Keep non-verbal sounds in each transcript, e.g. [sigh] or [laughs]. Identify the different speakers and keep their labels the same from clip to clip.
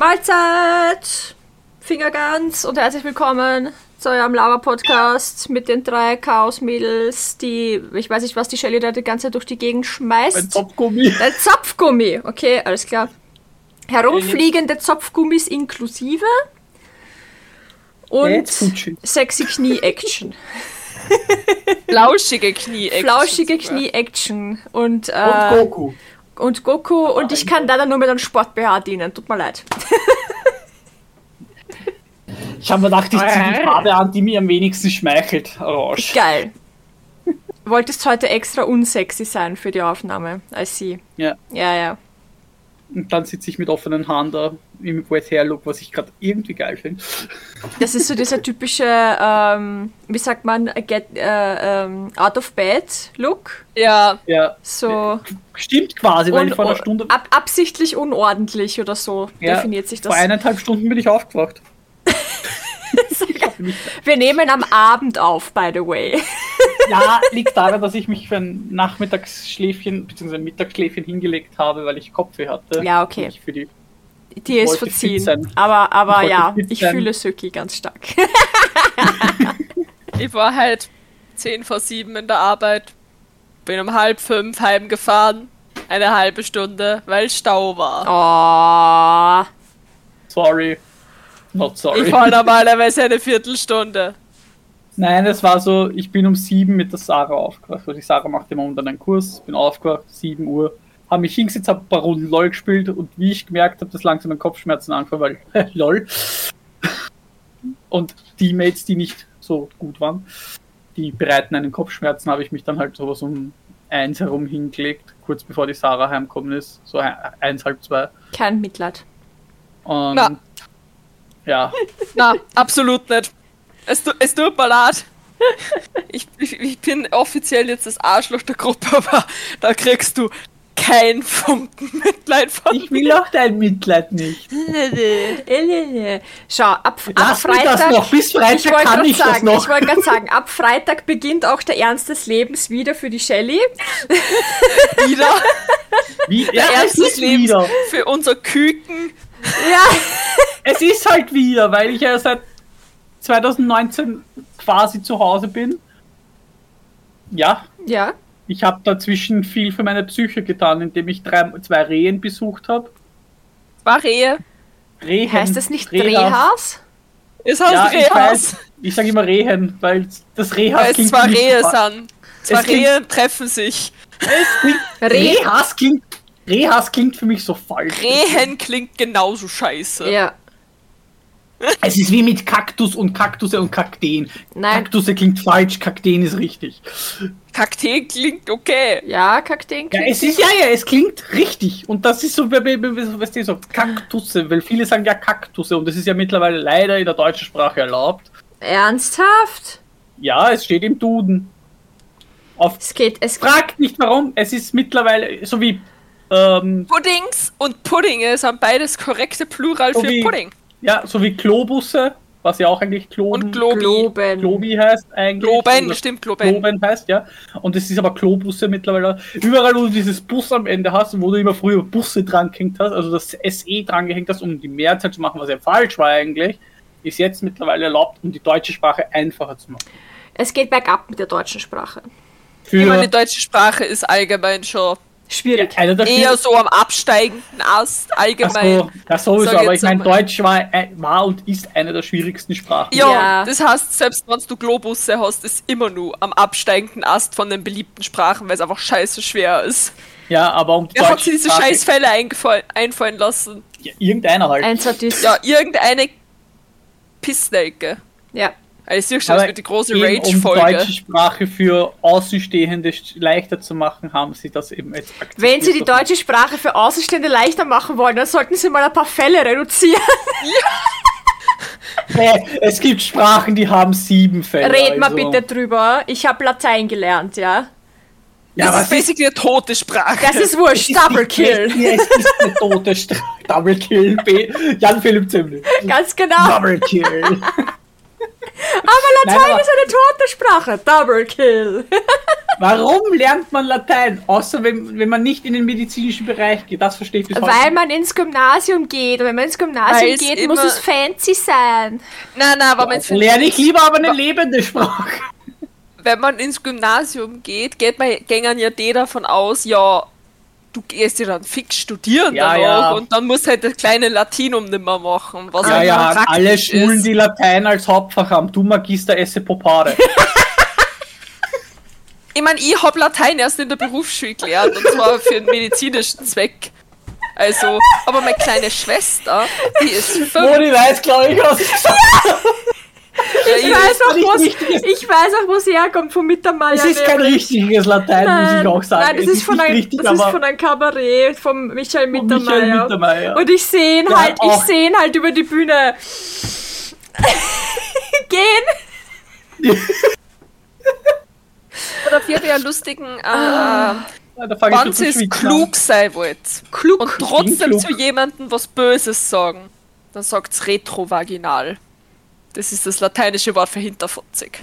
Speaker 1: Mahlzeit! Fingergans und herzlich willkommen zu eurem Lava-Podcast mit den drei Chaos-Mädels, die, ich weiß nicht, was die Shelly da die ganze Zeit durch die Gegend
Speaker 2: Ein
Speaker 1: schmeißt.
Speaker 2: Topgummi.
Speaker 1: Ein Zopfgummi, okay, alles klar.
Speaker 2: Äh.
Speaker 1: Herumfliegende Zopfgummis inklusive. Und
Speaker 2: Jetzt Gucci.
Speaker 1: sexy
Speaker 2: [laughs]
Speaker 1: Knie-Action.
Speaker 3: Flauschige Knie-Action.
Speaker 1: Flauschige
Speaker 3: sogar.
Speaker 1: Knie-Action. Und,
Speaker 2: Und
Speaker 1: äh,
Speaker 2: Goku.
Speaker 1: und Goku. Und ich kann leider nur mit einem Sport-BH dienen. Tut mir leid.
Speaker 2: Ich habe mir gedacht, ich ziehe die Farbe an, die mir am wenigsten schmeichelt. Orange.
Speaker 1: Geil. Wolltest heute extra unsexy sein für die Aufnahme. I see.
Speaker 2: Ja.
Speaker 1: Ja, ja.
Speaker 2: Und dann sitze ich mit offenen Haaren da im Wet Hair Look, was ich gerade irgendwie geil finde.
Speaker 1: Das ist so dieser typische, ähm, wie sagt man, get, äh, ähm, out of bed Look.
Speaker 3: Ja,
Speaker 2: Ja,
Speaker 1: So
Speaker 2: stimmt quasi, weil ich vor einer
Speaker 1: un-
Speaker 2: Stunde,
Speaker 1: ab, absichtlich unordentlich oder so
Speaker 2: Ja,
Speaker 1: definiert sich das.
Speaker 2: vor eineinhalb Stunden bin
Speaker 1: [laughs]
Speaker 2: ich aufgewacht. Ich hab mich-
Speaker 1: Wir nehmen am Abend auf, by the way.
Speaker 2: ja, liegt daran, dass ich mich für ein Nachmittagsschläfchen bzw. Mittagsschläfchen hingelegt habe, weil ich Kopfweh hatte.
Speaker 1: Ja, okay.
Speaker 2: Und ich Für die
Speaker 1: Die ist
Speaker 2: wollte fit
Speaker 1: verziehen.
Speaker 2: sein.
Speaker 1: Aber, aber
Speaker 2: Ich wollte
Speaker 1: ja,
Speaker 2: fit
Speaker 1: ich
Speaker 2: sein.
Speaker 1: fühle Suki ganz stark.
Speaker 3: ich war halt 10 vor 7 in der Arbeit. Bin um halb fünf heimgefahren. Eine halbe Stunde, weil Stau war.
Speaker 1: [laughs] Oh.
Speaker 2: Sorry. Not sorry.
Speaker 3: Ich fahre normalerweise eine Viertelstunde.
Speaker 2: Nein, es war so, ich bin um sieben mit der Sarah aufgewacht. Also die Sarah macht im Moment einen Kurs, bin aufgewacht, 7 Uhr, habe mich hingesetzt, habe ein paar Runden LOL gespielt und wie ich gemerkt habe, dass langsam meine Kopfschmerzen anfangen, weil [laughs] LOL. Und die Mates, die nicht so gut waren, die bereiten einen Kopfschmerzen, habe ich mich dann halt sowas um eins herum hingelegt, kurz bevor die Sarah heimgekommen ist, so ein- eins, halb zwei.
Speaker 1: Kein Mitleid.
Speaker 2: Und
Speaker 3: Na.
Speaker 2: ja,
Speaker 3: Na, absolut nicht. Es, tu- es tut mir leid. Ich, ich, ich bin offiziell jetzt das Arschloch der Gruppe, [laughs] aber da kriegst du kein Funken Mitleid von
Speaker 2: ich will auch dein Mitleid nicht.
Speaker 1: Äh, Schau, ab, ab
Speaker 2: Lass mich
Speaker 1: Freitag.
Speaker 2: das noch, bis Freitag
Speaker 1: wollte
Speaker 2: Äh, kann
Speaker 1: grad
Speaker 2: ich das
Speaker 1: sagen,
Speaker 2: noch.
Speaker 1: Ich wollte gerade sagen, ab Freitag beginnt auch der Ernst des Lebens wieder für die Shelley.
Speaker 3: wieder.
Speaker 2: Wie, ja, es
Speaker 3: Erstes
Speaker 2: ist
Speaker 3: Leben
Speaker 2: wieder.
Speaker 3: für unser Küken.
Speaker 1: Ja,
Speaker 2: Es ist halt wieder, weil ich ja seit 2019 quasi zu Hause bin. Ja,
Speaker 1: ja.
Speaker 2: ich habe dazwischen viel für meine Psyche getan, indem ich drei, zwei Rehen besucht habe.
Speaker 3: War Rehe.
Speaker 2: Rehen.
Speaker 1: Heißt das nicht
Speaker 2: Rehhaus.
Speaker 1: Drehhaus?
Speaker 3: Es heißt
Speaker 2: Ja, ich
Speaker 3: Rehhaus.
Speaker 2: weiß. Ich sage immer Rehen, weil das Rehhaus
Speaker 3: Weil es
Speaker 2: klingt
Speaker 3: zwei
Speaker 2: nicht
Speaker 3: Rehe
Speaker 2: so-
Speaker 3: sind. Zwei
Speaker 2: Es klingt-
Speaker 3: Rehe treffen sich.
Speaker 1: Reh.
Speaker 2: Rehhaus klingt, Rehhaus klingt für mich so falsch.
Speaker 3: Rehen klingt genauso scheiße.
Speaker 1: Ja.
Speaker 2: Es ist wie mit Kaktus und Kaktusse und Kakteen.
Speaker 1: Nein.
Speaker 2: Kaktusse klingt falsch, Kakteen ist richtig.
Speaker 3: Kakteen klingt okay.
Speaker 1: Ja, Kakteen.
Speaker 2: Ja, es ist ja, ja, es klingt richtig. Und das ist so, we- we- we- weißt du, so Kaktusse, weil viele sagen ja Kaktusse und das ist ja mittlerweile leider in der deutschen Sprache erlaubt.
Speaker 1: Ernsthaft?
Speaker 2: Ja, es steht im Duden. Auf
Speaker 1: Es geht, es
Speaker 2: fragt nicht warum, es ist mittlerweile so wie ähm,
Speaker 3: Puddings und Puddinge sind beides korrekte Plural
Speaker 2: So
Speaker 3: für
Speaker 2: Oh, wie-
Speaker 3: Pudding.
Speaker 2: ja, so wie Globusse, was ja auch eigentlich Globen,
Speaker 3: Und Globi.
Speaker 1: Globen.
Speaker 2: Globi heißt eigentlich.
Speaker 3: Globen,
Speaker 2: Oder
Speaker 3: stimmt, Globen.
Speaker 2: Globen heißt, ja. Und es ist aber Klobusse mittlerweile. Überall, wo du dieses Bus am Ende hast, wo du immer früher Busse dran gehängt hast, also das SE dran gehängt hast, um die Mehrzahl zu machen, was ja falsch war eigentlich, ist jetzt mittlerweile erlaubt, um die deutsche Sprache einfacher zu machen.
Speaker 1: Es geht bergab mit der deutschen Sprache.
Speaker 2: Für
Speaker 3: Ich meine, die deutsche Sprache ist allgemein schon
Speaker 2: ja,
Speaker 1: Schwierig.
Speaker 2: einer der
Speaker 3: eher so am absteigenden Ast. Allgemein.
Speaker 2: also, das sowieso,
Speaker 3: Sag
Speaker 2: aber
Speaker 3: jetzt
Speaker 2: ich meine,
Speaker 3: einmal.
Speaker 2: Deutsch war, äh, war und ist eine der schwierigsten Sprachen.
Speaker 3: Ja,
Speaker 1: Ja.
Speaker 3: das heißt, selbst wenn du Globusse hast, ist immer nur am absteigenden Ast von den beliebten Sprachen, weil es einfach scheiße schwer ist.
Speaker 2: Ja, aber um die
Speaker 3: Wer hat
Speaker 2: deutsche
Speaker 3: sich diese
Speaker 2: Sprache-
Speaker 3: scheiß Fälle eingefallen, einfallen lassen?
Speaker 2: Ja, irgendeiner halt.
Speaker 1: Ein Sadist.
Speaker 3: Ja, irgendeine Pissnelke.
Speaker 1: ja.
Speaker 3: Also, siehst du, das
Speaker 2: Aber
Speaker 3: wird die große
Speaker 2: eben, Um
Speaker 3: Rage-Folge.
Speaker 2: deutsche Sprache für Außenstehende sch- leichter zu machen, haben sie das eben jetzt akzeptiert.
Speaker 1: Wenn Sie die deutsche Sprache für Außenstehende leichter machen wollen, dann sollten Sie mal ein paar Fälle reduzieren.
Speaker 2: Nee, Äh, es gibt Sprachen, die haben sieben Fälle.
Speaker 1: Red mal
Speaker 2: also.
Speaker 1: bitte drüber. Ich habe Latein gelernt, ja.
Speaker 2: Ja,
Speaker 3: das
Speaker 2: was
Speaker 3: ist basically eine tote Sprache.
Speaker 2: [laughs]
Speaker 1: Das ist wurscht. Double Kill.
Speaker 2: Ja, es ist eine tote Strafe. [laughs] Double Kill. B. Jan Philipp Zimli.
Speaker 1: Ganz genau.
Speaker 2: Double Kill.
Speaker 1: Aber Latein
Speaker 2: Nein, aber-
Speaker 1: ist eine tote Sprache. Double Kill.
Speaker 2: Warum lernt man Latein? Außer wenn, wenn man nicht in den medizinischen Bereich geht. Das verstehe ich bis
Speaker 1: [laughs]
Speaker 2: heute
Speaker 1: Weil
Speaker 2: nicht.
Speaker 1: man ins Gymnasium geht. Und wenn man ins Gymnasium
Speaker 3: Weil es
Speaker 1: geht, muss
Speaker 3: immer-
Speaker 1: es fancy sein.
Speaker 3: Nein, nein, aber wenn's-
Speaker 2: Lerne ich lieber aber eine lebende Sprache.
Speaker 3: wenn man ins Gymnasium geht, geht man gängern ja die davon aus, ja, du gehst ja dann fix studieren
Speaker 2: Ja,
Speaker 3: danach
Speaker 2: ja.
Speaker 3: und dann musst halt das kleine Latinum nimmer machen.
Speaker 1: Ah,
Speaker 3: Was
Speaker 2: Ja,
Speaker 3: halt
Speaker 2: ja,
Speaker 3: praktisch
Speaker 2: alle Schulen,
Speaker 3: ist.
Speaker 2: die Latein als Hauptfach haben. Du Magister esse popare.
Speaker 3: Ich meine, ich hab Latein erst in der Berufsschule gelernt und zwar für einen medizinischen Zweck. Also, aber meine kleine Schwester, die ist fünf.
Speaker 2: Moni weiß, glaube ich, was ich sage.
Speaker 3: Ja,
Speaker 1: Ich
Speaker 3: ich-
Speaker 1: weiß auch,
Speaker 2: nicht
Speaker 1: wo's-
Speaker 2: richtiges-
Speaker 1: ich weiß auch, wo sie herkommt, vom Mittermeier.
Speaker 2: Es ist kein richtiges Latein, muss ich auch sagen.
Speaker 1: Nein, das
Speaker 2: es
Speaker 1: ist, von
Speaker 2: nicht
Speaker 1: einem,
Speaker 2: richtig,
Speaker 1: das ist
Speaker 2: aber
Speaker 1: von einem Kabarett von Michael
Speaker 2: von Michael
Speaker 1: Mittermeier.
Speaker 2: Mittermeier. oh.
Speaker 1: Und ich sehe ihn
Speaker 2: Der
Speaker 1: halt,
Speaker 2: hat
Speaker 1: ich
Speaker 2: auch-
Speaker 1: sehe ihn halt über die Bühne [laughs] gehen.
Speaker 3: oder für der lustigen
Speaker 2: [laughs]
Speaker 3: äh,
Speaker 2: Ja, da fange Ah. ich schon zu
Speaker 3: Banzis
Speaker 2: schwitzen an.
Speaker 3: klug sein wollt
Speaker 1: Klug.
Speaker 3: und trotzdem
Speaker 2: klug.
Speaker 3: zu jemandem was Böses sagen, dann sagt's retrovaginal. Das ist das lateinische Wort für hinterfotzig.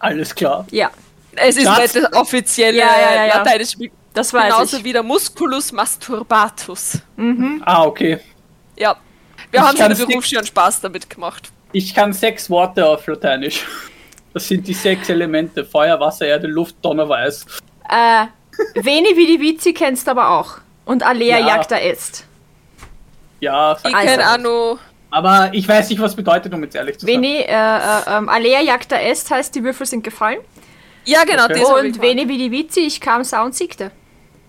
Speaker 2: Alles klar.
Speaker 1: ja,
Speaker 3: Es ist
Speaker 2: Schatz.
Speaker 3: nicht das offizielle
Speaker 1: Ja, ja, ja, ja.
Speaker 3: lateinische Be-
Speaker 1: das weiß
Speaker 3: Genauso
Speaker 1: ich.
Speaker 3: wie der Musculus masturbatus.
Speaker 2: Ah, okay.
Speaker 3: Ja.
Speaker 2: Ich
Speaker 3: Wir haben schon
Speaker 2: kann's
Speaker 3: in der
Speaker 2: nicht-
Speaker 3: Berufsschule einen Spaß damit gemacht.
Speaker 2: Ich kann sechs Worte auf Lateinisch. Das sind die sechs Elemente. Feuer, Wasser, Erde, Luft, Donner, Weiß.
Speaker 1: Äh, Veni Vidi Vici kennst du aber auch. Und Alea
Speaker 2: Ja.
Speaker 1: jagt er ist.
Speaker 2: Ja,
Speaker 3: Ich
Speaker 2: sag-
Speaker 1: Also.
Speaker 3: kenne auch noch
Speaker 2: aber ich weiß nicht, was bedeutet, um jetzt ehrlich zu sein.
Speaker 1: Veni, äh, äh, ähm, Alea jagt er ist heißt, die Würfel sind gefallen.
Speaker 3: Ja, genau,
Speaker 2: Okay.
Speaker 3: das hab ich
Speaker 1: und Veni Vidi Vici, ich kam sah und siegte.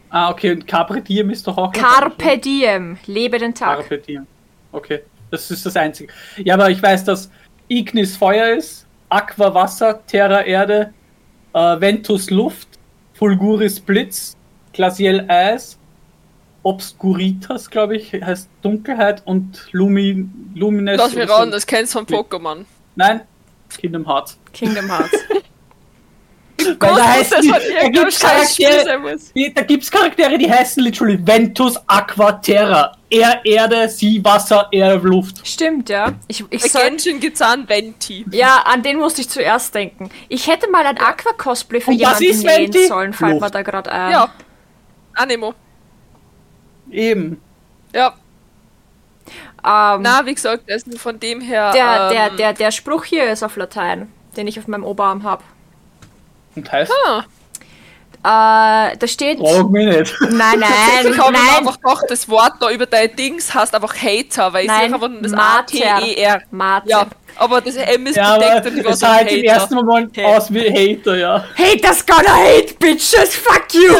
Speaker 2: Ah, okay, und Carpe Diem ist doch auch.
Speaker 1: Carpe diem, lebe den Tag.
Speaker 2: Carpe Diem. Okay, das ist das Einzige. Ja, aber ich weiß, dass Ignis Feuer ist, Aqua Wasser, Terra Erde, äh, Ventus Luft, Fulguris Blitz, Glacial Eis, Obscuritas, glaube ich, heißt Dunkelheit und Lumi, Lumines.
Speaker 3: Lass mich
Speaker 2: oder so.
Speaker 3: raten, das kennst du von Pokémon.
Speaker 2: Nein, Kingdom Hearts.
Speaker 1: Kingdom Hearts.
Speaker 2: Weil
Speaker 3: Gott,
Speaker 2: da
Speaker 3: muss
Speaker 2: heißt
Speaker 3: das
Speaker 2: die-
Speaker 3: von
Speaker 2: da
Speaker 3: irgendeinem
Speaker 2: gibt's
Speaker 3: scheiß Spiel
Speaker 2: Charaktere-
Speaker 3: sein muss.
Speaker 2: Die- Da gibt's Charaktere, die heißen literally Ventus Aqua Terra. Er Erde, sie Wasser, er
Speaker 1: [laughs]
Speaker 2: Luft.
Speaker 1: Stimmt, ja. Ich, ich
Speaker 3: Bei
Speaker 1: soll,
Speaker 3: Genshin gibt's auch einen Venti.
Speaker 1: ja, an den musste ich zuerst denken. Ich hätte mal ein Aqua-Cosplay für
Speaker 2: Und was
Speaker 1: jemanden
Speaker 2: ist,
Speaker 1: nähen
Speaker 2: wenn die-
Speaker 1: sollen, fällt mir
Speaker 2: Luft.
Speaker 1: da ähm, gerade ein.
Speaker 3: Ja. Animo.
Speaker 2: Eben.
Speaker 3: Ja.
Speaker 1: Ähm,
Speaker 3: Na, wie gesagt, also von dem her.
Speaker 1: der,
Speaker 3: ähm,
Speaker 1: der, der, der Spruch hier ist auf Latein, den ich auf meinem Oberarm habe.
Speaker 2: Und heißt.
Speaker 3: Ah,
Speaker 1: Äh, da steht.
Speaker 2: Brauch mich nicht.
Speaker 1: Nein, nein,
Speaker 3: ich habe mir
Speaker 1: nein.
Speaker 3: einfach gedacht, das Wort da über dein Dings heißt einfach Hater, weil ich
Speaker 1: Nein,
Speaker 3: sicher von das
Speaker 1: Mater.
Speaker 3: A-T-E-R.
Speaker 1: Mate.
Speaker 3: Ja, aber das M
Speaker 2: [laughs]
Speaker 3: ist
Speaker 2: Ja,
Speaker 3: bedeckt
Speaker 2: aber
Speaker 3: und ich
Speaker 2: es
Speaker 3: war so
Speaker 2: sah
Speaker 3: ein
Speaker 2: halt im
Speaker 3: um Hater.
Speaker 2: ersten Moment
Speaker 1: Hater.
Speaker 2: aus wie Hater, ja.
Speaker 1: Haters gonna hate, bitches, fuck you.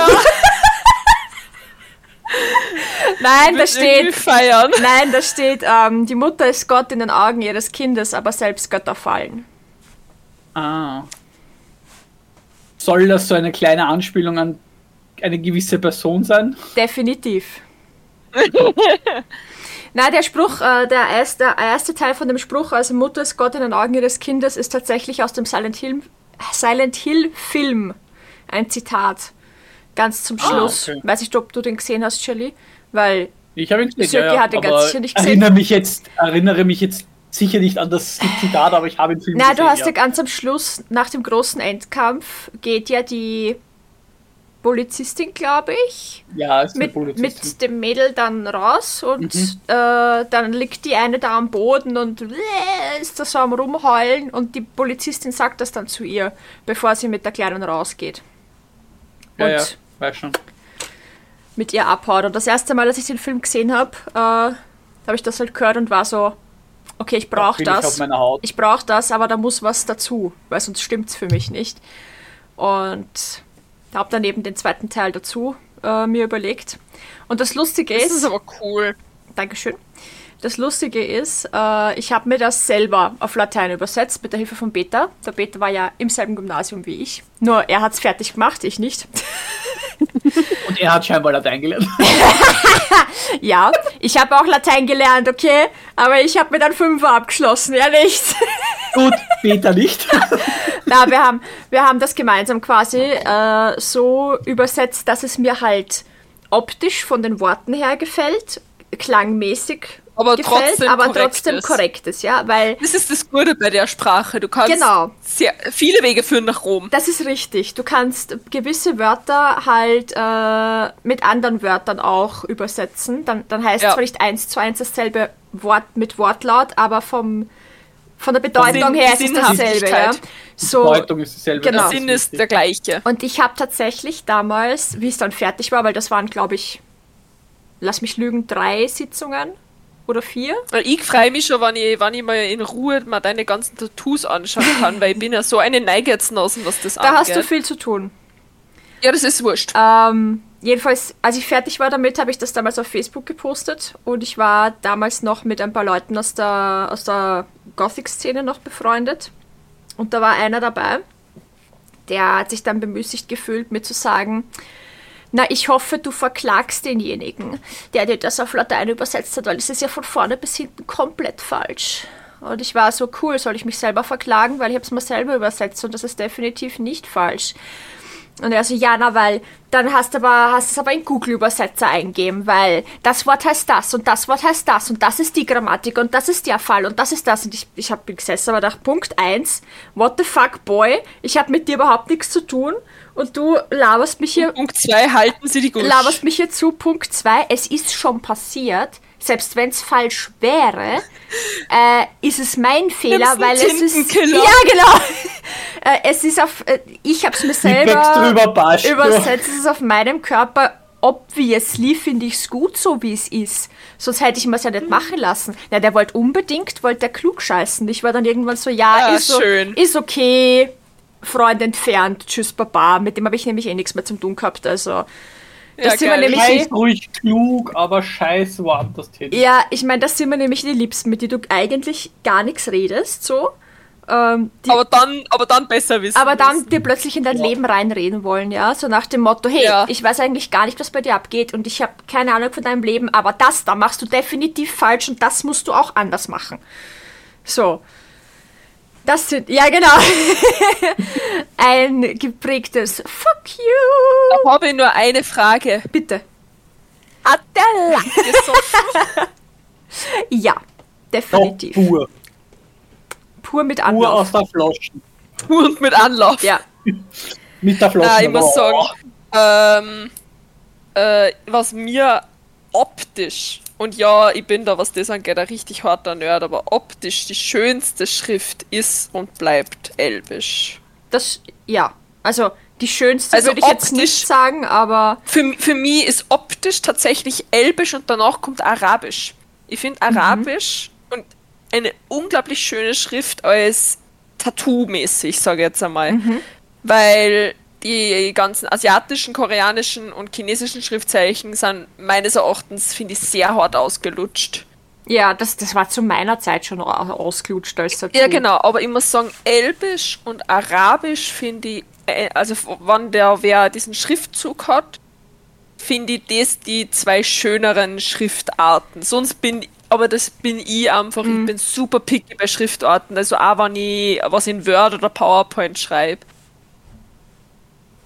Speaker 1: [laughs] nein, da
Speaker 3: Das
Speaker 1: steht.
Speaker 3: steht feiern.
Speaker 1: Nein, da steht, ähm, die Mutter ist Gott in den Augen ihres Kindes, aber selbst Götter fallen.
Speaker 2: Ah. Soll das so eine kleine Anspielung an eine gewisse Person sein?
Speaker 1: [laughs] Definitiv. Nein, der Spruch, äh, der, erst, der erste Teil von dem Spruch, also Mutter ist Gott in den Augen ihres Kindes, ist tatsächlich aus dem Silent Hill, Silent Hill Film ein Zitat. Ganz zum
Speaker 2: Ah,
Speaker 1: Schluss.
Speaker 2: okay.
Speaker 1: Weiß nicht, ob du den gesehen hast, Shirley, weil
Speaker 2: Ich habe ihn gesehen.
Speaker 1: Sirki
Speaker 2: Ja, ja.
Speaker 1: hat den ganz
Speaker 2: aber
Speaker 1: sicher nicht
Speaker 2: erinnere mich jetzt, erinnere mich jetzt sicher nicht an das Zitat, aber ich habe ihn Film
Speaker 1: Na,
Speaker 2: gesehen.
Speaker 1: du hast ja
Speaker 2: ja.
Speaker 1: ganz am Schluss, nach dem großen Endkampf, geht ja die Polizistin, glaube ich,
Speaker 2: ja, ist eine
Speaker 1: mit,
Speaker 2: Polizistin. Mhm.
Speaker 1: mit dem Mädel dann raus und äh, dann liegt die eine da am Boden und äh, ist da so am Rumheulen und die Polizistin sagt das dann zu ihr, bevor sie mit der Kleinen rausgeht.
Speaker 2: ja, ja,
Speaker 1: und-
Speaker 2: weiß schon.
Speaker 1: Mit ihr abhaut. Und das erste Mal, dass ich den Film gesehen habe, äh, habe ich das halt gehört und war so, okay, ich brauche
Speaker 2: Bin ich
Speaker 1: das.
Speaker 2: Auf meiner Haut.
Speaker 1: ich brauche das, aber da muss was dazu, weil sonst stimmt's für mich nicht. Und habe dann eben den zweiten Teil dazu äh, mir überlegt. Und das Lustige
Speaker 3: Das ist
Speaker 1: ist,
Speaker 3: aber cool.
Speaker 1: Dankeschön. Das Lustige ist, äh, ich habe mir das selber auf Latein übersetzt mit der Hilfe von Peter. Der Peter war ja im selben Gymnasium wie ich. Nur er hat's fertig gemacht, ich nicht. [laughs]
Speaker 2: Und er hat scheinbar Latein gelernt.
Speaker 1: ja, ich habe auch Latein gelernt, okay? Aber ich habe mir dann Fünfer abgeschlossen, er nicht.
Speaker 2: Gut, Peter nicht.
Speaker 1: Na, wir haben, wir haben das gemeinsam quasi äh, so übersetzt, dass es mir halt optisch von den Worten her gefällt, klangmäßig
Speaker 3: Aber
Speaker 1: gefällt,
Speaker 3: trotzdem
Speaker 1: aber
Speaker 3: korrekt
Speaker 1: trotzdem
Speaker 3: ist.
Speaker 1: korrekt ist, ja, weil
Speaker 3: Das ist das Gute bei der Sprache. Du kannst
Speaker 1: Genau.
Speaker 3: sehr, viele Wege führen nach Rom.
Speaker 1: das ist richtig. Du kannst gewisse Wörter halt äh, mit anderen Wörtern auch übersetzen. Dann, dann heißt
Speaker 3: Ja.
Speaker 1: es zwar nicht eins zu eins dasselbe Wort mit Wortlaut, aber vom, von der Bedeutung
Speaker 3: Sinn-
Speaker 1: her ist es dasselbe. Ja.
Speaker 3: Sinnhaftigkeit.
Speaker 1: So,
Speaker 2: Bedeutung ist dieselbe.
Speaker 1: Genau.
Speaker 2: das
Speaker 3: Der Sinn ist
Speaker 2: wichtig.
Speaker 3: der gleiche.
Speaker 1: Und ich habe tatsächlich damals, wie es dann fertig war, weil das waren, glaube ich, lass mich lügen, drei Sitzungen oder vier.
Speaker 3: Weil ich freue mich schon, wenn ich, wenn ich mal in Ruhe mal deine ganzen Tattoos anschauen kann, weil ich bin ja so eine Neigertsnosen, was das
Speaker 1: Da hast
Speaker 3: angeht.
Speaker 1: du viel zu tun.
Speaker 3: ja, das ist wurscht.
Speaker 1: Ähm, jedenfalls, als ich fertig war damit, habe ich das damals auf Facebook gepostet und ich war damals noch mit ein paar Leuten aus der, aus der Gothic-Szene noch befreundet. Und da war einer dabei, der hat sich dann bemüßigt gefühlt, mir zu sagen, na, ich hoffe, du verklagst denjenigen, der dir das auf Latein übersetzt hat, weil es ist ja von vorne bis hinten komplett falsch. Und ich war so cool, soll ich mich selber verklagen, weil ich habe es mir selber übersetzt und das ist definitiv nicht falsch. Und er so, ja, na, weil dann hast du aber, hast es aber in Google-Übersetzer eingeben, weil das Wort heißt das und das Wort heißt das und das ist die Grammatik und das ist der Fall und das ist das. Und ich, ich habe gesessen, aber nach Punkt 1, what the fuck, boy, ich habe mit dir überhaupt nichts zu tun und du laberst mich hier
Speaker 3: Punkt 2, halten Sie die Gusch.
Speaker 1: laberst mich hier zu. Punkt 2, es ist schon passiert. Selbst wenn es falsch
Speaker 3: [laughs]
Speaker 1: wäre, äh, ist es mein Fehler,
Speaker 3: Nimmst
Speaker 1: weil
Speaker 3: einen
Speaker 1: es ist.
Speaker 3: Tintenkiller.
Speaker 1: Ja, genau. [laughs] Äh, es ist auf. Äh, ich hab's mir
Speaker 2: wächst
Speaker 1: selber
Speaker 2: drüber, Basch, du.
Speaker 1: übersetzt. Es ist auf meinem Körper. Obviously finde ich es gut, so wie es ist. Sonst hätte ich mir es ja
Speaker 3: Hm.
Speaker 1: nicht machen lassen. Na, der wollte unbedingt, wollte der klug scheißen. Ich war dann irgendwann so, ja,
Speaker 3: Ah,
Speaker 1: ist, so,
Speaker 3: schön.
Speaker 1: ist okay, Freund entfernt, tschüss, Baba. Mit dem habe ich nämlich eh nichts mehr zum tun gehabt. Also,
Speaker 3: ja,
Speaker 1: das sind wir
Speaker 3: geil.
Speaker 1: nämlich-
Speaker 2: Scheiß ruhig klug, aber scheiß woanders hin.
Speaker 1: Ja, ich meine, das sind mir nämlich die Liebsten, mit die du eigentlich gar nichts redest, so. Ähm, die, aber,
Speaker 3: aber, dann, aber dann besser wissen.
Speaker 1: dann
Speaker 3: müssen.
Speaker 1: dir plötzlich in dein Leben reinreden wollen, ja. So nach dem Motto, hey,
Speaker 3: Ja.
Speaker 1: ich weiß eigentlich gar nicht, was bei dir abgeht und ich habe keine Ahnung von deinem Leben, aber das da machst du definitiv falsch und das musst du auch anders machen. So. Das sind, ja genau. [laughs] Ein geprägtes Fuck you.
Speaker 3: Da habe ich nur eine Frage.
Speaker 1: Bitte.
Speaker 3: Hat
Speaker 1: [laughs]
Speaker 3: der Lack gesoffen?
Speaker 1: Ja,
Speaker 2: Doch
Speaker 1: definitiv.
Speaker 2: pur.
Speaker 1: Pur mit
Speaker 2: Pur Oh, aus
Speaker 1: Anlauf.
Speaker 2: der Flasche.
Speaker 3: Und mit Anlauf.
Speaker 1: Ja.
Speaker 2: Mit der Flasche.
Speaker 3: Na, Ah, ich muss
Speaker 2: aber-
Speaker 3: sagen, ähm, äh, was mir optisch, und ja, ich bin da, was das angeht, ein richtig harter Nerd, aber optisch die schönste Schrift ist und bleibt Elbisch.
Speaker 1: Das, ja. Also, die schönste
Speaker 3: Also
Speaker 1: würde ich jetzt
Speaker 3: optisch-
Speaker 1: nicht sagen, aber
Speaker 3: Für, für mich ist optisch tatsächlich Elbisch und danach kommt Arabisch. Ich finde Arabisch und eine unglaublich schöne Schrift als Tattoo-mäßig, sage ich jetzt einmal. Weil die ganzen asiatischen, koreanischen und chinesischen Schriftzeichen sind meines Erachtens, finde ich, sehr hart ausgelutscht.
Speaker 1: ja, das, das war zu meiner Zeit schon au- ausgelutscht als Tattoo.
Speaker 3: Ja, genau, aber ich muss sagen, Elbisch und Arabisch finde ich, äh, also f- wann der wer diesen Schriftzug hat, finde ich das die zwei schöneren Schriftarten. Sonst bin aber das bin ich einfach,
Speaker 1: Mhm.
Speaker 3: ich bin super picky bei Schriftarten. Also auch wenn ich was in Word oder PowerPoint schreibe,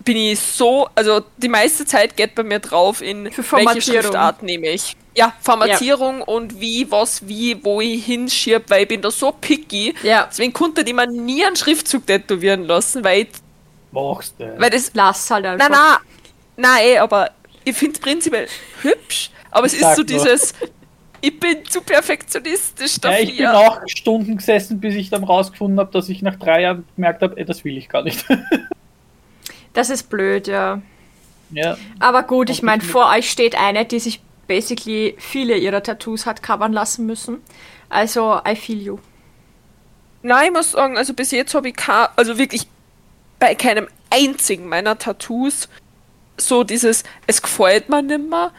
Speaker 3: bin ich so, also die meiste Zeit geht bei mir drauf in
Speaker 1: Für
Speaker 3: welche
Speaker 1: Formatierung.
Speaker 3: Schriftart nehme ich. Ja, Formatierung und wie, was, wie, wo ich hinschiebe, weil ich bin da so picky.
Speaker 1: Ja.
Speaker 3: Deswegen konnte ich mir nie einen Schriftzug tätowieren lassen, weil, ich,
Speaker 2: Machst du.
Speaker 3: weil das.
Speaker 1: Lass halt einfach.
Speaker 3: Nein, nein, nein, eh, aber ich finde es prinzipiell hübsch, aber es
Speaker 2: Ich
Speaker 3: ist
Speaker 2: sag
Speaker 3: so
Speaker 2: nur.
Speaker 3: dieses, ich bin zu perfektionistisch
Speaker 2: Ja,
Speaker 3: dafür.
Speaker 2: ich bin auch Stunden gesessen, bis ich dann rausgefunden habe, dass ich nach drei Jahren gemerkt habe, ey, das will ich gar nicht. [laughs]
Speaker 1: Das ist blöd, ja.
Speaker 2: ja.
Speaker 1: Aber gut, ich
Speaker 2: Und
Speaker 1: meine,
Speaker 2: ich-
Speaker 1: vor euch steht eine, die sich basically viele ihrer Tattoos hat covern lassen müssen. Also, I feel you.
Speaker 3: Nein, ich muss sagen, also bis jetzt habe ich kein, also wirklich bei keinem einzigen meiner Tattoos so dieses, es gefällt mir nimmer.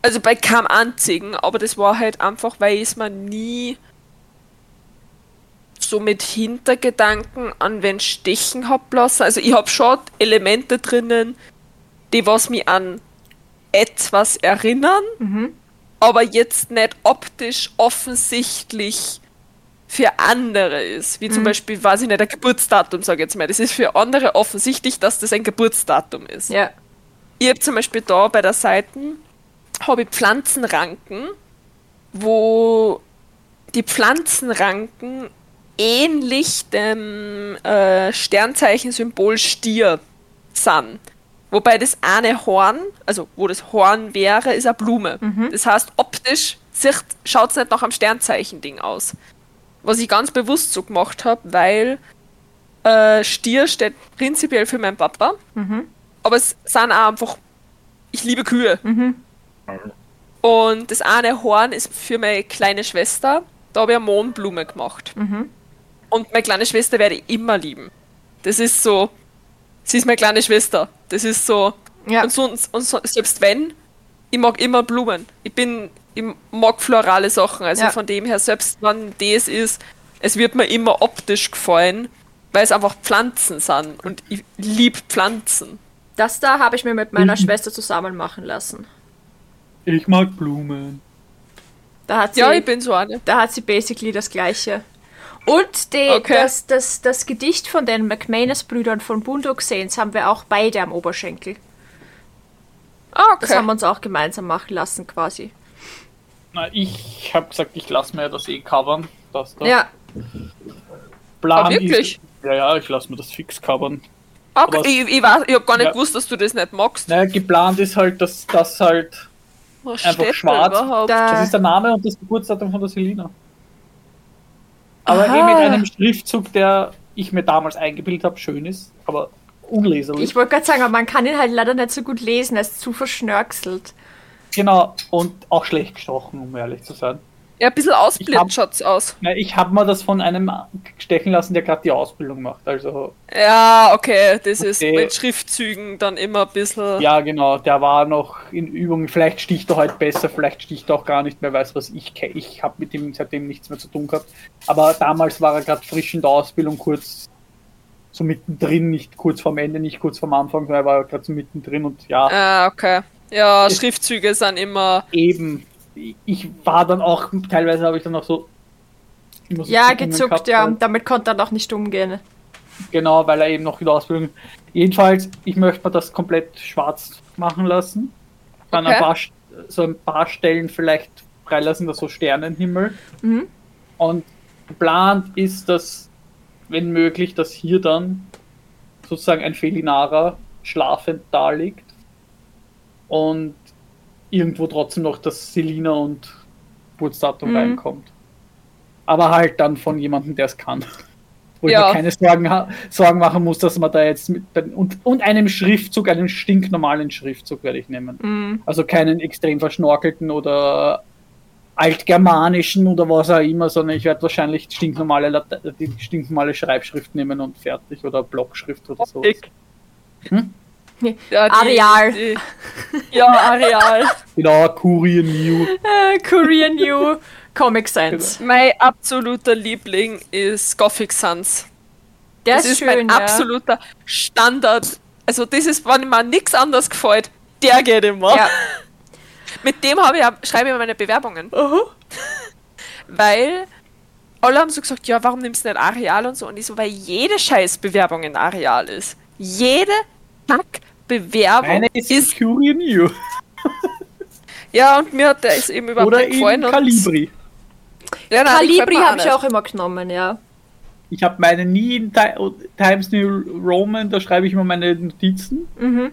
Speaker 3: Also bei keinem einzigen, aber das war halt einfach, weil ich es mir nie so mit Hintergedanken an wen stechen hab lassen. Also ich habe schon Elemente drinnen, die was mich an etwas erinnern, aber jetzt nicht optisch offensichtlich für andere ist. Wie zum Beispiel, weiß ich nicht, ein Geburtsdatum, sage ich jetzt mal. Das ist für andere offensichtlich, dass das ein Geburtsdatum ist.
Speaker 1: Ja.
Speaker 3: Ich habe zum Beispiel da bei der Seite habe ich Pflanzenranken wo die Pflanzenranken ähnlich dem äh, Sternzeichensymbol Stier sind. Wobei das eine Horn, also wo das Horn wäre, ist eine Blume. Das heißt, optisch schaut es nicht nach einem Sternzeichen-Ding aus. Was ich ganz bewusst so gemacht habe, weil äh, Stier steht prinzipiell für meinen Papa. Aber es sind auch einfach, ich liebe Kühe.
Speaker 1: Mhm.
Speaker 3: Und das eine Horn ist für meine kleine Schwester. Da habe ich eine Mohnblume gemacht.
Speaker 1: Mhm.
Speaker 3: Und meine kleine Schwester werde ich immer lieben. Das ist so, sie ist meine kleine Schwester. Das ist so,
Speaker 1: Ja.
Speaker 3: und, sonst, und so, selbst wenn, ich mag immer Blumen. Ich bin, ich mag florale Sachen. Also
Speaker 1: Ja.
Speaker 3: von dem her, selbst wenn das ist, es wird mir immer optisch gefallen, weil es einfach Pflanzen sind. Und ich liebe Pflanzen.
Speaker 1: Das da habe ich mir mit meiner Schwester zusammen machen lassen.
Speaker 2: Ich mag Blumen.
Speaker 1: Da hat sie,
Speaker 3: Ja, ich bin so eine.
Speaker 1: da hat sie basically das gleiche. Und die,
Speaker 3: Okay.
Speaker 1: das, das, das Gedicht von den McManus-Brüdern von Bundoxens haben wir auch beide am Oberschenkel.
Speaker 3: Ah,
Speaker 1: Das
Speaker 3: okay.
Speaker 1: haben wir uns auch gemeinsam machen lassen quasi.
Speaker 2: Na, ich habe gesagt, ich lasse mir das eh covern. Das, das
Speaker 1: Ja,
Speaker 2: Plan
Speaker 3: Ah, wirklich?
Speaker 2: Ist, ja, ja, ich lasse mir das fix covern.
Speaker 3: Ah,
Speaker 2: aber-
Speaker 3: ich ich, weiß- ich habe gar nicht
Speaker 2: Ja.
Speaker 3: gewusst, dass du das nicht magst.
Speaker 2: Naja, geplant ist halt, dass das halt.
Speaker 3: Was
Speaker 2: Einfach
Speaker 3: steht da
Speaker 2: schwarz.
Speaker 3: überhaupt?
Speaker 1: Da-
Speaker 2: Das ist der Name und das Geburtsdatum von der Selina. Aber
Speaker 3: Aha.
Speaker 2: eh mit einem Schriftzug, der ich mir damals eingebildet habe, schön ist, aber unleserlich.
Speaker 1: ich wollte gerade sagen, aber man kann ihn halt leider nicht so gut lesen, er ist zu verschnörkelt.
Speaker 2: genau, und auch schlecht gestochen, um ehrlich zu sein.
Speaker 3: Ja, ein bisschen
Speaker 2: Ich hab-
Speaker 3: ausblind schaut's aus.
Speaker 2: Na, ich habe mir das von einem stechen lassen, der gerade die Ausbildung macht. Also,
Speaker 3: Ja, okay, das ist
Speaker 2: Okay.
Speaker 3: mit Schriftzügen dann immer ein bisschen.
Speaker 2: ja, genau, der war noch in Übung. Vielleicht sticht er heute besser, vielleicht sticht er auch gar nicht mehr, weiß was ich. ke- Ich habe mit ihm seitdem nichts mehr zu tun gehabt. Aber damals war er gerade frisch in der Ausbildung, kurz so mittendrin, nicht kurz vorm Ende, nicht kurz vorm Anfang, sondern er war gerade so mittendrin und ja.
Speaker 1: Äh.
Speaker 3: Ah, okay. Ja, Schriftzüge sind immer.
Speaker 2: eben, ich war dann auch, teilweise habe ich dann auch so. immer so
Speaker 1: Ja,
Speaker 2: Zuckungen
Speaker 1: gezuckt,
Speaker 2: gehabt,
Speaker 1: ja,
Speaker 2: weil-
Speaker 1: und damit konnte er noch nicht umgehen.
Speaker 2: Genau, weil er eben noch in der Ausbildung. Jedenfalls, ich möchte mir das komplett schwarz machen lassen. An
Speaker 3: Okay.
Speaker 2: ein paar, St- so ein paar Stellen vielleicht freilassen, da so Sternenhimmel.
Speaker 1: Mhm.
Speaker 2: Und geplant ist, dass, wenn möglich, dass hier dann sozusagen ein Felinara schlafend da liegt und irgendwo trotzdem noch das Selina und Geburtsdatum
Speaker 1: Mhm.
Speaker 2: reinkommt. Aber halt dann von jemandem, der es kann. [laughs] Wo ich
Speaker 3: Ja.
Speaker 2: mir keine Sorgen, ha- Sorgen machen muss, dass man da jetzt mit. Und, und einem Schriftzug, einem stinknormalen Schriftzug werde ich nehmen.
Speaker 1: Mhm.
Speaker 2: Also keinen extrem verschnorkelten oder altgermanischen oder was auch immer, sondern ich werde wahrscheinlich stinknormale, Late die stinknormale Schreibschrift nehmen und fertig oder Blockschrift oder so. Hm?
Speaker 3: Ja,
Speaker 1: Areal. [laughs]
Speaker 3: Die, ja, Areal.
Speaker 2: Genau, Kurien New.
Speaker 1: Äh, Korean New Comic Sans.
Speaker 3: mein absoluter Liebling ist Gothic Sans.
Speaker 1: Der
Speaker 3: Das
Speaker 1: ist,
Speaker 3: ist
Speaker 1: schön,
Speaker 3: mein
Speaker 1: ja.
Speaker 3: absoluter Standard. Also, das ist, wenn mir nichts anderes gefällt, der geht immer.
Speaker 1: Ja.
Speaker 3: [laughs] Mit dem habe ich, ja- schreibe ich meine Bewerbungen. [laughs] Weil alle haben so gesagt, ja, warum nimmst du nicht Areal und so? Und ich so, weil jede scheiß Bewerbung in Areal ist. Jede Kack-Bewerbung
Speaker 2: Meine
Speaker 3: ist,
Speaker 2: ist, Kurien New.
Speaker 3: Ja, und mir hat der ist eben überhaupt
Speaker 2: Oder
Speaker 3: nicht
Speaker 2: eben
Speaker 3: gefallen. und-
Speaker 2: Calibri.
Speaker 3: Ja, nein, die gefällt
Speaker 1: Calibri
Speaker 3: mir
Speaker 1: habe ich
Speaker 3: nicht.
Speaker 1: auch immer genommen, ja.
Speaker 2: Ich habe meine nie in Ti Times New Roman, da schreibe ich immer meine Notizen,
Speaker 1: Mhm.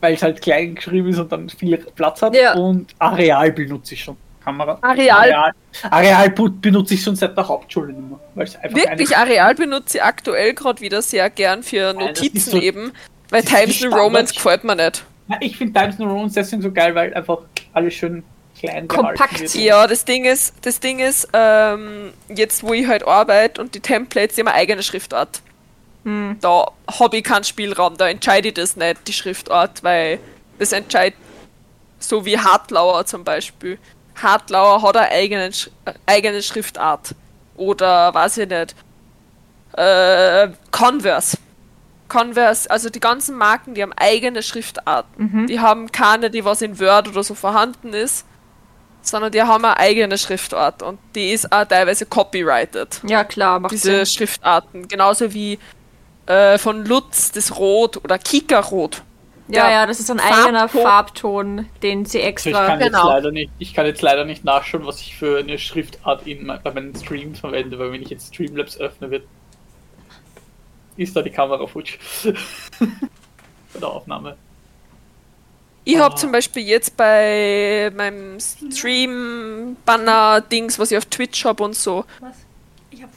Speaker 2: weil es halt klein geschrieben ist und dann viel Platz hat.
Speaker 1: Ja.
Speaker 2: Und Areal benutze ich schon. Kamera.
Speaker 3: Areal.
Speaker 2: Areal, Areal bu- benutze ich schon seit der Hauptschule nicht mehr. Weil es einfach
Speaker 3: Wirklich,
Speaker 2: eine,
Speaker 3: Areal benutze ich aktuell gerade wieder sehr gern
Speaker 2: das
Speaker 3: für
Speaker 2: ist
Speaker 3: Notizen
Speaker 2: so-
Speaker 3: eben, weil
Speaker 2: das ist
Speaker 3: Times
Speaker 2: die
Speaker 3: New
Speaker 2: Standard-
Speaker 3: Romance gefällt mir nicht.
Speaker 2: Na, Ich finde Times New Roman deswegen so geil, weil einfach alles schön klein gehalten
Speaker 1: Kompakt,
Speaker 2: wird.
Speaker 3: Ja, das Ding ist, das Ding ist, ähm, jetzt wo ich halt arbeite und die Templates, die haben eine eigene Schriftart.
Speaker 1: Mhm.
Speaker 3: Da habe ich keinen Spielraum, da entscheide ich das nicht, die Schriftart, weil das entscheidet so wie Hartlauer zum Beispiel. Hartlauer hat eine eigene, Sch äh, eigene Schriftart. Oder weiß ich nicht. Äh, Converse. Converse, also die ganzen Marken, die haben eigene Schriftarten. Die haben keine, die was in Word oder so vorhanden ist, sondern die haben eine eigene Schriftart und die ist auch teilweise copyrighted.
Speaker 1: Ja, klar, macht
Speaker 3: Diese
Speaker 1: Sinn.
Speaker 3: Schriftarten. Genauso wie äh, von Lutz das Rot oder Kikerrot.
Speaker 1: Ja,
Speaker 3: Der
Speaker 1: ja, das ist ein
Speaker 3: Farbton.
Speaker 1: eigener Farbton, den sie
Speaker 2: Also ich, kann
Speaker 1: extra.
Speaker 2: jetzt
Speaker 3: genau.
Speaker 2: leider nicht, ich kann jetzt leider nicht nachschauen, was ich für eine Schriftart in mein, bei meinen Streams verwende, weil wenn ich jetzt Streamlabs öffne, wird. Ist da die Kamera futsch? [laughs] bei der Aufnahme.
Speaker 3: Ich
Speaker 2: Ah.
Speaker 3: habe zum Beispiel jetzt bei meinem Stream-Banner-Dings, was ich auf Twitch habe und so,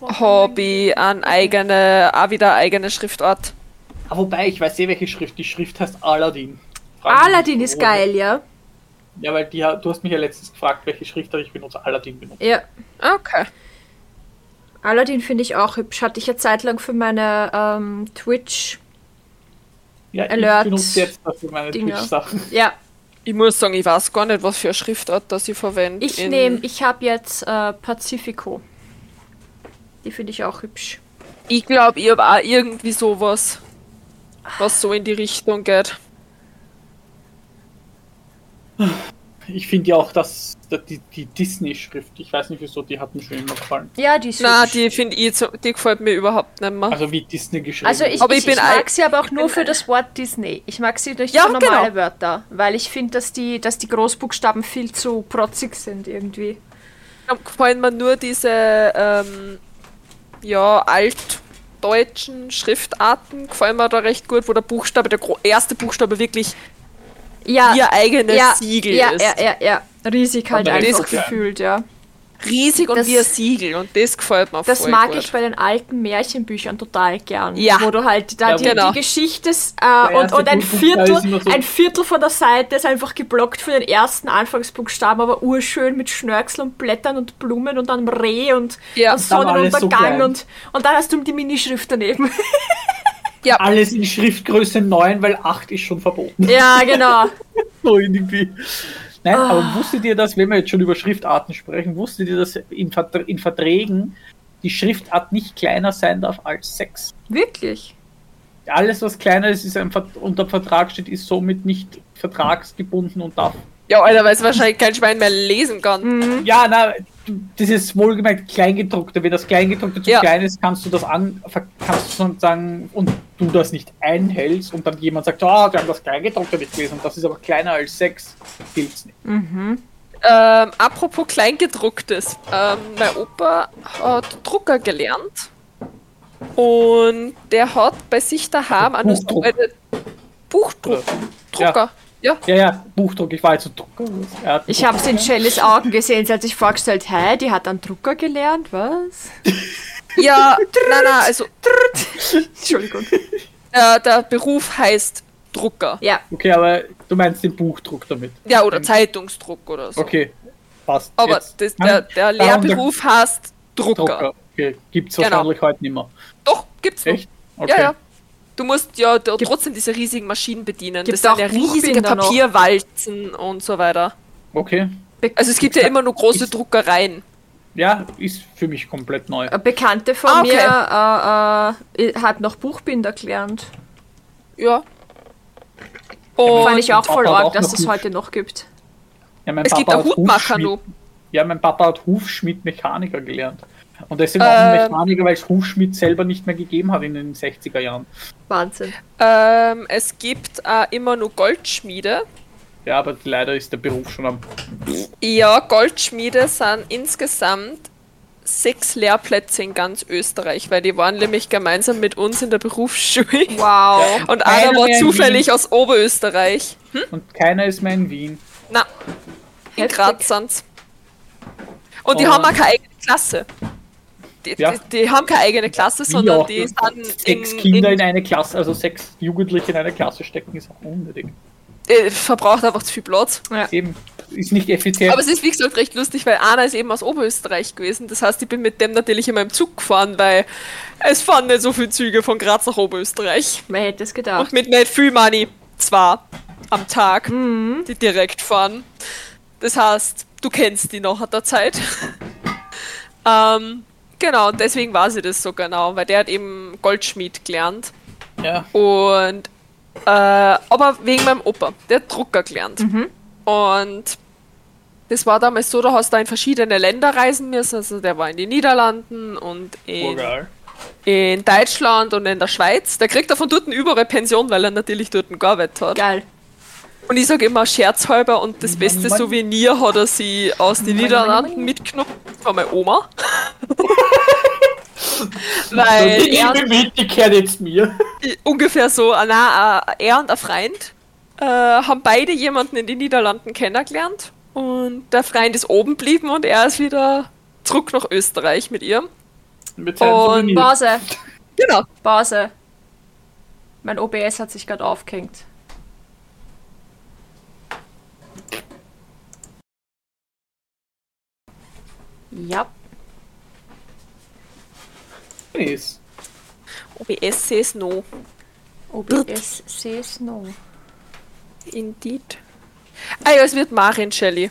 Speaker 1: Oh,
Speaker 3: habe ich einen eigene, auch wieder eine eigene Schriftart.
Speaker 2: Ah, wobei, ich weiß eh, welche Schrift. Die Schrift heißt Aladdin. Frag mich nicht,
Speaker 1: Aladdin ist
Speaker 2: warum.
Speaker 1: geil, ja.
Speaker 2: Ja, weil die, du hast mich ja letztens gefragt, welche Schriftart ich benutze. Aladdin benutze.
Speaker 1: Ja.
Speaker 3: Okay.
Speaker 1: Aladdin finde ich auch hübsch. Hatte ich ja zeitlang für meine ähm, Twitch.
Speaker 2: Ja,
Speaker 1: Alert.
Speaker 2: ich benutze jetzt dafür meine
Speaker 1: Dinger.
Speaker 2: Twitch-Sachen.
Speaker 1: Ja,
Speaker 3: Ich muss sagen, ich weiß gar nicht, was für eine Schriftart das ich verwende.
Speaker 1: ich
Speaker 3: in-
Speaker 1: nehme, ich habe jetzt äh, Pacifico. Die finde ich auch hübsch.
Speaker 3: Ich glaube, ich habe auch irgendwie sowas, was so in die Richtung geht.
Speaker 2: Ich finde ja auch, dass die, die Disney-Schrift, ich weiß nicht wieso, die hat mir schon immer gefallen.
Speaker 1: Ja, die ist
Speaker 3: Na,
Speaker 1: hübsch.
Speaker 3: die finde ich, so- die gefällt mir überhaupt nicht mehr.
Speaker 2: Also wie Disney geschrieben.
Speaker 1: Also ich,
Speaker 3: Aber
Speaker 1: ich,
Speaker 3: ich
Speaker 1: ich,
Speaker 3: bin
Speaker 1: mag
Speaker 3: ein-
Speaker 1: sie aber auch nur
Speaker 3: bin
Speaker 1: für
Speaker 3: ein-
Speaker 1: das Wort Disney. Ich mag sie durch
Speaker 3: Ja,
Speaker 1: für normale
Speaker 3: genau.
Speaker 1: Wörter, weil ich finde, dass die, dass die Großbuchstaben viel zu protzig sind irgendwie.
Speaker 3: Am gefallen mir nur diese ähm, ja, altdeutschen Schriftarten gefallen mir da recht gut, wo der Buchstabe, der gro- erste Buchstabe wirklich
Speaker 1: Ja,
Speaker 3: ihr eigenes
Speaker 1: ja,
Speaker 3: Siegel
Speaker 1: ja,
Speaker 3: ist.
Speaker 1: ja, ja, ja. Riesig halt
Speaker 2: Und der
Speaker 1: einfach
Speaker 2: Rest ist-
Speaker 1: gefühlt, ja.
Speaker 3: Riesig und
Speaker 1: Das-
Speaker 3: wie ein Siegel und das gefällt mir
Speaker 1: Das
Speaker 3: voll
Speaker 1: mag
Speaker 3: gut.
Speaker 1: ich bei den alten Märchenbüchern total gern.
Speaker 3: Ja.
Speaker 1: Wo du halt da
Speaker 2: Ja,
Speaker 1: die,
Speaker 3: genau.
Speaker 1: die Geschichte ist, äh, und,
Speaker 2: erste
Speaker 1: und ein
Speaker 2: Buchbuchstabe
Speaker 1: Viertel,
Speaker 2: ist immer so-
Speaker 1: ein Viertel von der Seite ist einfach geblockt für den ersten Anfangsbuchstaben, aber urschön mit Schnörkel und Blättern und Blumen und einem Reh und
Speaker 3: Ja.
Speaker 1: einem
Speaker 3: Und
Speaker 2: dann alles so
Speaker 1: Sonnenuntergang
Speaker 2: klein.
Speaker 1: und, und dann hast du die Minischrift daneben.
Speaker 3: ja,
Speaker 2: Alles in Schriftgröße 9, weil 8 ist schon verboten.
Speaker 1: [laughs] ja, genau.
Speaker 2: [laughs] So irgendwie. Ah. Nein, aber wusstet ihr das, wenn wir jetzt schon über Schriftarten sprechen, wusstet ihr, dass in, Vertr- in Verträgen die Schriftart nicht kleiner sein darf als 6?
Speaker 1: Wirklich?
Speaker 2: Alles, was kleiner ist, ist ein Vert unter Vertrag steht, ist somit nicht vertragsgebunden und darf
Speaker 3: ja, Alter, weil es wahrscheinlich kein Schwein mehr lesen
Speaker 1: Mhm.
Speaker 3: kann.
Speaker 2: Ja, na, das ist wohlgemeint Kleingedruckte. Wenn das Kleingedruckte zu
Speaker 3: Ja.
Speaker 2: klein ist, kannst du das an, ver- kannst du schon sagen, und du das nicht einhältst und dann jemand sagt, ah, wir haben das Kleingedruckte nicht gelesen und das ist aber kleiner als 6, gilt's nicht.
Speaker 3: Ähm, apropos Kleingedrucktes. Ähm, mein Opa hat Drucker gelernt. Und der hat bei sich daheim einen
Speaker 2: Buchdruck.
Speaker 3: Buchdruck.
Speaker 2: Oder-
Speaker 3: Drucker. Ja.
Speaker 2: Ja, ja, Buchdruck, ich war jetzt so Drucker. Er hat-
Speaker 1: Ich habe es in Shellys Augen gesehen. Sie hat sich vorgestellt, hä, die hat einen Drucker gelernt, was?
Speaker 3: Ja, nein, nein, also
Speaker 1: Entschuldigung.
Speaker 3: äh, der Beruf heißt Drucker.
Speaker 1: Ja,
Speaker 2: Okay, aber du meinst den Buchdruck damit.
Speaker 3: Ja, oder Zeitungsdruck oder so.
Speaker 2: Okay, passt.
Speaker 3: Aber
Speaker 2: Jetzt. Ah,
Speaker 3: das, der, der
Speaker 2: Dann-
Speaker 3: Lehrberuf heißt Drucker.
Speaker 2: Drucker. Okay, gibt's
Speaker 3: Genau.
Speaker 2: wahrscheinlich heute nicht mehr.
Speaker 3: Doch, gibt's noch.
Speaker 2: Echt? Okay.
Speaker 3: Ja, ja. Du musst ja da
Speaker 1: Gibt-
Speaker 3: trotzdem diese riesigen Maschinen bedienen.
Speaker 1: Gibt's
Speaker 3: Das sind
Speaker 1: auch
Speaker 3: ja riesige
Speaker 1: Buchbinder noch?
Speaker 3: Papierwalzen und so weiter.
Speaker 2: Okay.
Speaker 3: Also es gibt ja immer nur große Druckereien.
Speaker 2: Ja, ist für mich komplett neu.
Speaker 1: eine Bekannte von
Speaker 3: Ah,
Speaker 1: mir äh, äh, hat noch Buchbinder gelernt.
Speaker 3: Ja.
Speaker 1: Fand
Speaker 3: Und
Speaker 1: ich auch
Speaker 2: Papa
Speaker 1: voll
Speaker 2: hat
Speaker 1: arg,
Speaker 2: auch
Speaker 1: dass
Speaker 2: noch
Speaker 1: es
Speaker 2: Buch-
Speaker 1: heute noch gibt.
Speaker 2: Ja, mein
Speaker 3: es gibt
Speaker 2: Papa
Speaker 3: auch
Speaker 2: hat
Speaker 3: Hutmacher
Speaker 2: Hufschmied-
Speaker 3: noch.
Speaker 2: Ja, mein Papa hat Hufschmied Mechaniker gelernt. Und deswegen auch ein
Speaker 3: Ähm.
Speaker 2: Mechaniker, weil es Hufschmied selber nicht mehr gegeben hat in den 60er Jahren.
Speaker 1: Wahnsinn.
Speaker 3: Ähm, es gibt äh, immer nur Goldschmiede.
Speaker 2: Ja, aber leider ist der Beruf schon am.
Speaker 3: Ja, Goldschmiede sind insgesamt sechs Lehrplätze in ganz Österreich, weil die waren nämlich gemeinsam mit uns in
Speaker 2: [laughs]
Speaker 3: der Berufsschule.
Speaker 1: Wow.
Speaker 3: [laughs] Und einer
Speaker 2: Keiner
Speaker 3: war
Speaker 2: mehr in
Speaker 3: zufällig aus Oberösterreich.
Speaker 2: Und keiner ist mehr in Wien.
Speaker 3: Na, in
Speaker 1: Heftig.
Speaker 3: Graz sind's. Und die
Speaker 2: Oh.
Speaker 3: haben auch keine eigene Klasse. Die,
Speaker 2: Ja.
Speaker 3: die, die haben keine eigene Klasse,
Speaker 2: Wie
Speaker 3: sondern
Speaker 2: auch,
Speaker 3: die
Speaker 2: ne?
Speaker 3: sind in,
Speaker 2: Sechs Kinder in,
Speaker 3: in,
Speaker 2: eine Klasse, also sechs Jugendliche in eine Klasse stecken, ist auch unnötig.
Speaker 3: äh, verbraucht einfach zu viel Platz.
Speaker 2: Eben, ist nicht effizient.
Speaker 3: Aber es ist wie gesagt recht lustig, weil Anna ist eben aus Oberösterreich gewesen. Das heißt, ich bin mit dem natürlich in meinem Zug gefahren, weil es fahren nicht so viele Züge von Graz nach Oberösterreich.
Speaker 1: Man hätte es
Speaker 3: Und
Speaker 1: gedacht.
Speaker 3: mit nicht viel Money zwar am Tag, die direkt fahren. Das heißt, du kennst die noch an der Zeit. [laughs] ähm, genau, und deswegen war sie das so genau, weil der hat eben Goldschmied gelernt.
Speaker 2: ja.
Speaker 3: Und äh, aber wegen meinem Opa, der hat Drucker gelernt. Und das war damals so, da hast du in verschiedene Länder reisen müssen. Also der war in den Niederlanden und in
Speaker 2: Burgal.
Speaker 3: in Deutschland und in der Schweiz. Der kriegt er von dort überall Pension, weil er natürlich dort gearbeitet hat.
Speaker 1: Geil.
Speaker 3: Und ich sage immer scherzhalber und das beste Souvenir hat er sie aus den Niederlanden mitgenommen. Das war meine Oma. weil
Speaker 2: Ich
Speaker 3: er
Speaker 2: bin mit, die kehrt jetzt mir.
Speaker 3: ungefähr so, ah, na, ah, er und ein Freund äh, haben beide jemanden in den Niederlanden kennengelernt und der Freund ist oben geblieben und er ist wieder zurück nach Österreich mit ihr.
Speaker 2: Mit seinem
Speaker 3: Und
Speaker 2: Souvenir.
Speaker 1: Pause,
Speaker 3: Genau.
Speaker 1: Pause. Mein OBS hat sich gerade aufgehängt. Ja.
Speaker 2: Ist.
Speaker 3: OBS says no.
Speaker 1: OBS says no.
Speaker 3: Indeed. Ah ja, es wird Marin Shelley.